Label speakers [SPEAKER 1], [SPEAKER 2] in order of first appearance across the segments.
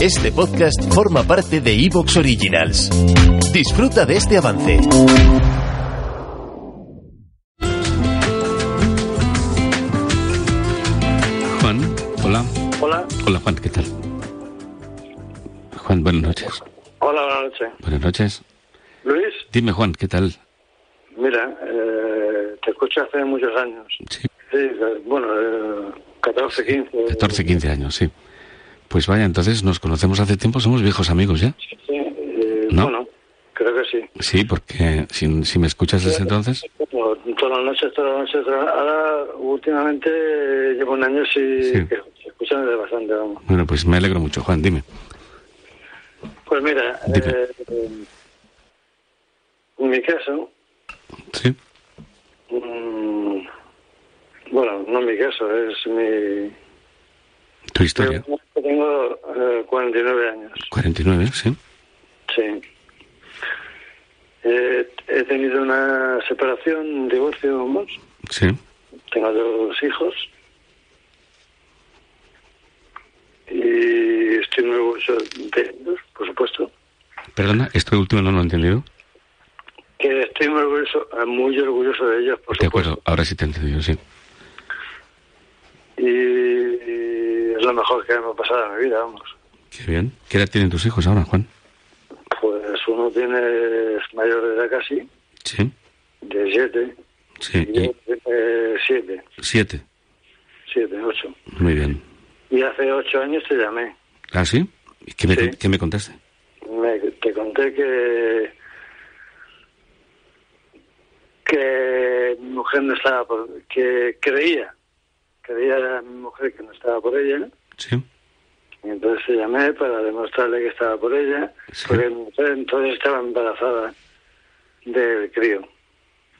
[SPEAKER 1] Este podcast forma parte de Evox Originals. Disfruta de este avance.
[SPEAKER 2] Juan, hola.
[SPEAKER 3] Hola,
[SPEAKER 2] Hola Juan, ¿qué tal? Juan, buenas noches.
[SPEAKER 3] hola, buenas noches.
[SPEAKER 2] Buenas noches.
[SPEAKER 3] Luis,
[SPEAKER 2] Dime Juan, ¿qué tal?
[SPEAKER 3] mira, eh, te escucho hace muchos años.
[SPEAKER 2] Sí,
[SPEAKER 3] Sí, eh, bueno, eh, 14, 15.
[SPEAKER 2] 14, 15 años, sí. Pues vaya, entonces nos conocemos hace tiempo, somos viejos amigos ya.
[SPEAKER 3] Sí, eh,
[SPEAKER 2] ¿No?
[SPEAKER 3] Bueno, creo que sí.
[SPEAKER 2] Sí, porque si, si me escuchas desde entonces,
[SPEAKER 3] Bueno, Todas las noches, todas las noches. todas- Ahora, últimamente, eh, llevo un año sí,
[SPEAKER 2] Sí.
[SPEAKER 3] que se escuchan desde bastante, vamos.
[SPEAKER 2] bueno, pues me alegro mucho, Juan, dime.
[SPEAKER 3] Pues mira,
[SPEAKER 2] Dime.
[SPEAKER 3] eh, eh, en mi caso,
[SPEAKER 2] Sí,
[SPEAKER 3] mm, bueno, no en mi caso, es mi...
[SPEAKER 2] tu historia.
[SPEAKER 3] Tengo eh, 49 años.
[SPEAKER 2] 49, sí.
[SPEAKER 3] Sí. Eh, he tenido una separación, un divorcio, vamos.
[SPEAKER 2] Sí,
[SPEAKER 3] Tengo dos hijos. Y estoy muy orgulloso de ellos, por supuesto.
[SPEAKER 2] perdona, esto último no lo he entendido.
[SPEAKER 3] Que estoy muy orgulloso, muy orgulloso de ellos, por
[SPEAKER 2] De
[SPEAKER 3] supuesto.
[SPEAKER 2] acuerdo, ahora sí te he entendido, sí.
[SPEAKER 3] Y es lo mejor que me ha pasado en mi vida, vamos.
[SPEAKER 2] Qué bien. ¿Qué edad tienen tus hijos ahora, Juan?
[SPEAKER 3] Pues uno tiene, es mayor de edad casi,
[SPEAKER 2] Sí,
[SPEAKER 3] de siete.
[SPEAKER 2] sí.
[SPEAKER 3] Y
[SPEAKER 2] y-
[SPEAKER 3] otro tiene eh, siete,
[SPEAKER 2] siete.
[SPEAKER 3] siete, ocho.
[SPEAKER 2] Muy bien.
[SPEAKER 3] Y hace ocho años te llamé.
[SPEAKER 2] ¿Ah, sí? ¿Y ¿Qué me,
[SPEAKER 3] Sí.
[SPEAKER 2] qué me contaste?
[SPEAKER 3] Me- te conté que que mi mujer no estaba por que creía creía mi mujer que no estaba por ella
[SPEAKER 2] Sí.
[SPEAKER 3] y entonces le llamé para demostrarle que estaba por ella
[SPEAKER 2] Sí.
[SPEAKER 3] porque mi mujer entonces estaba embarazada del crío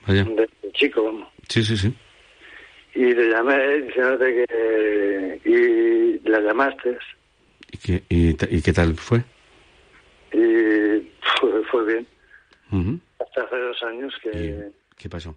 [SPEAKER 2] Vaya.
[SPEAKER 3] del chico vamos
[SPEAKER 2] Sí, sí, sí.
[SPEAKER 3] y le llamé diciéndote que y la llamaste
[SPEAKER 2] ¿Y qué, y, ta- y qué tal fue?
[SPEAKER 3] y fue, fue bien
[SPEAKER 2] Ujú.
[SPEAKER 3] hasta hace dos años que
[SPEAKER 2] ¿Y ¿Qué pasó?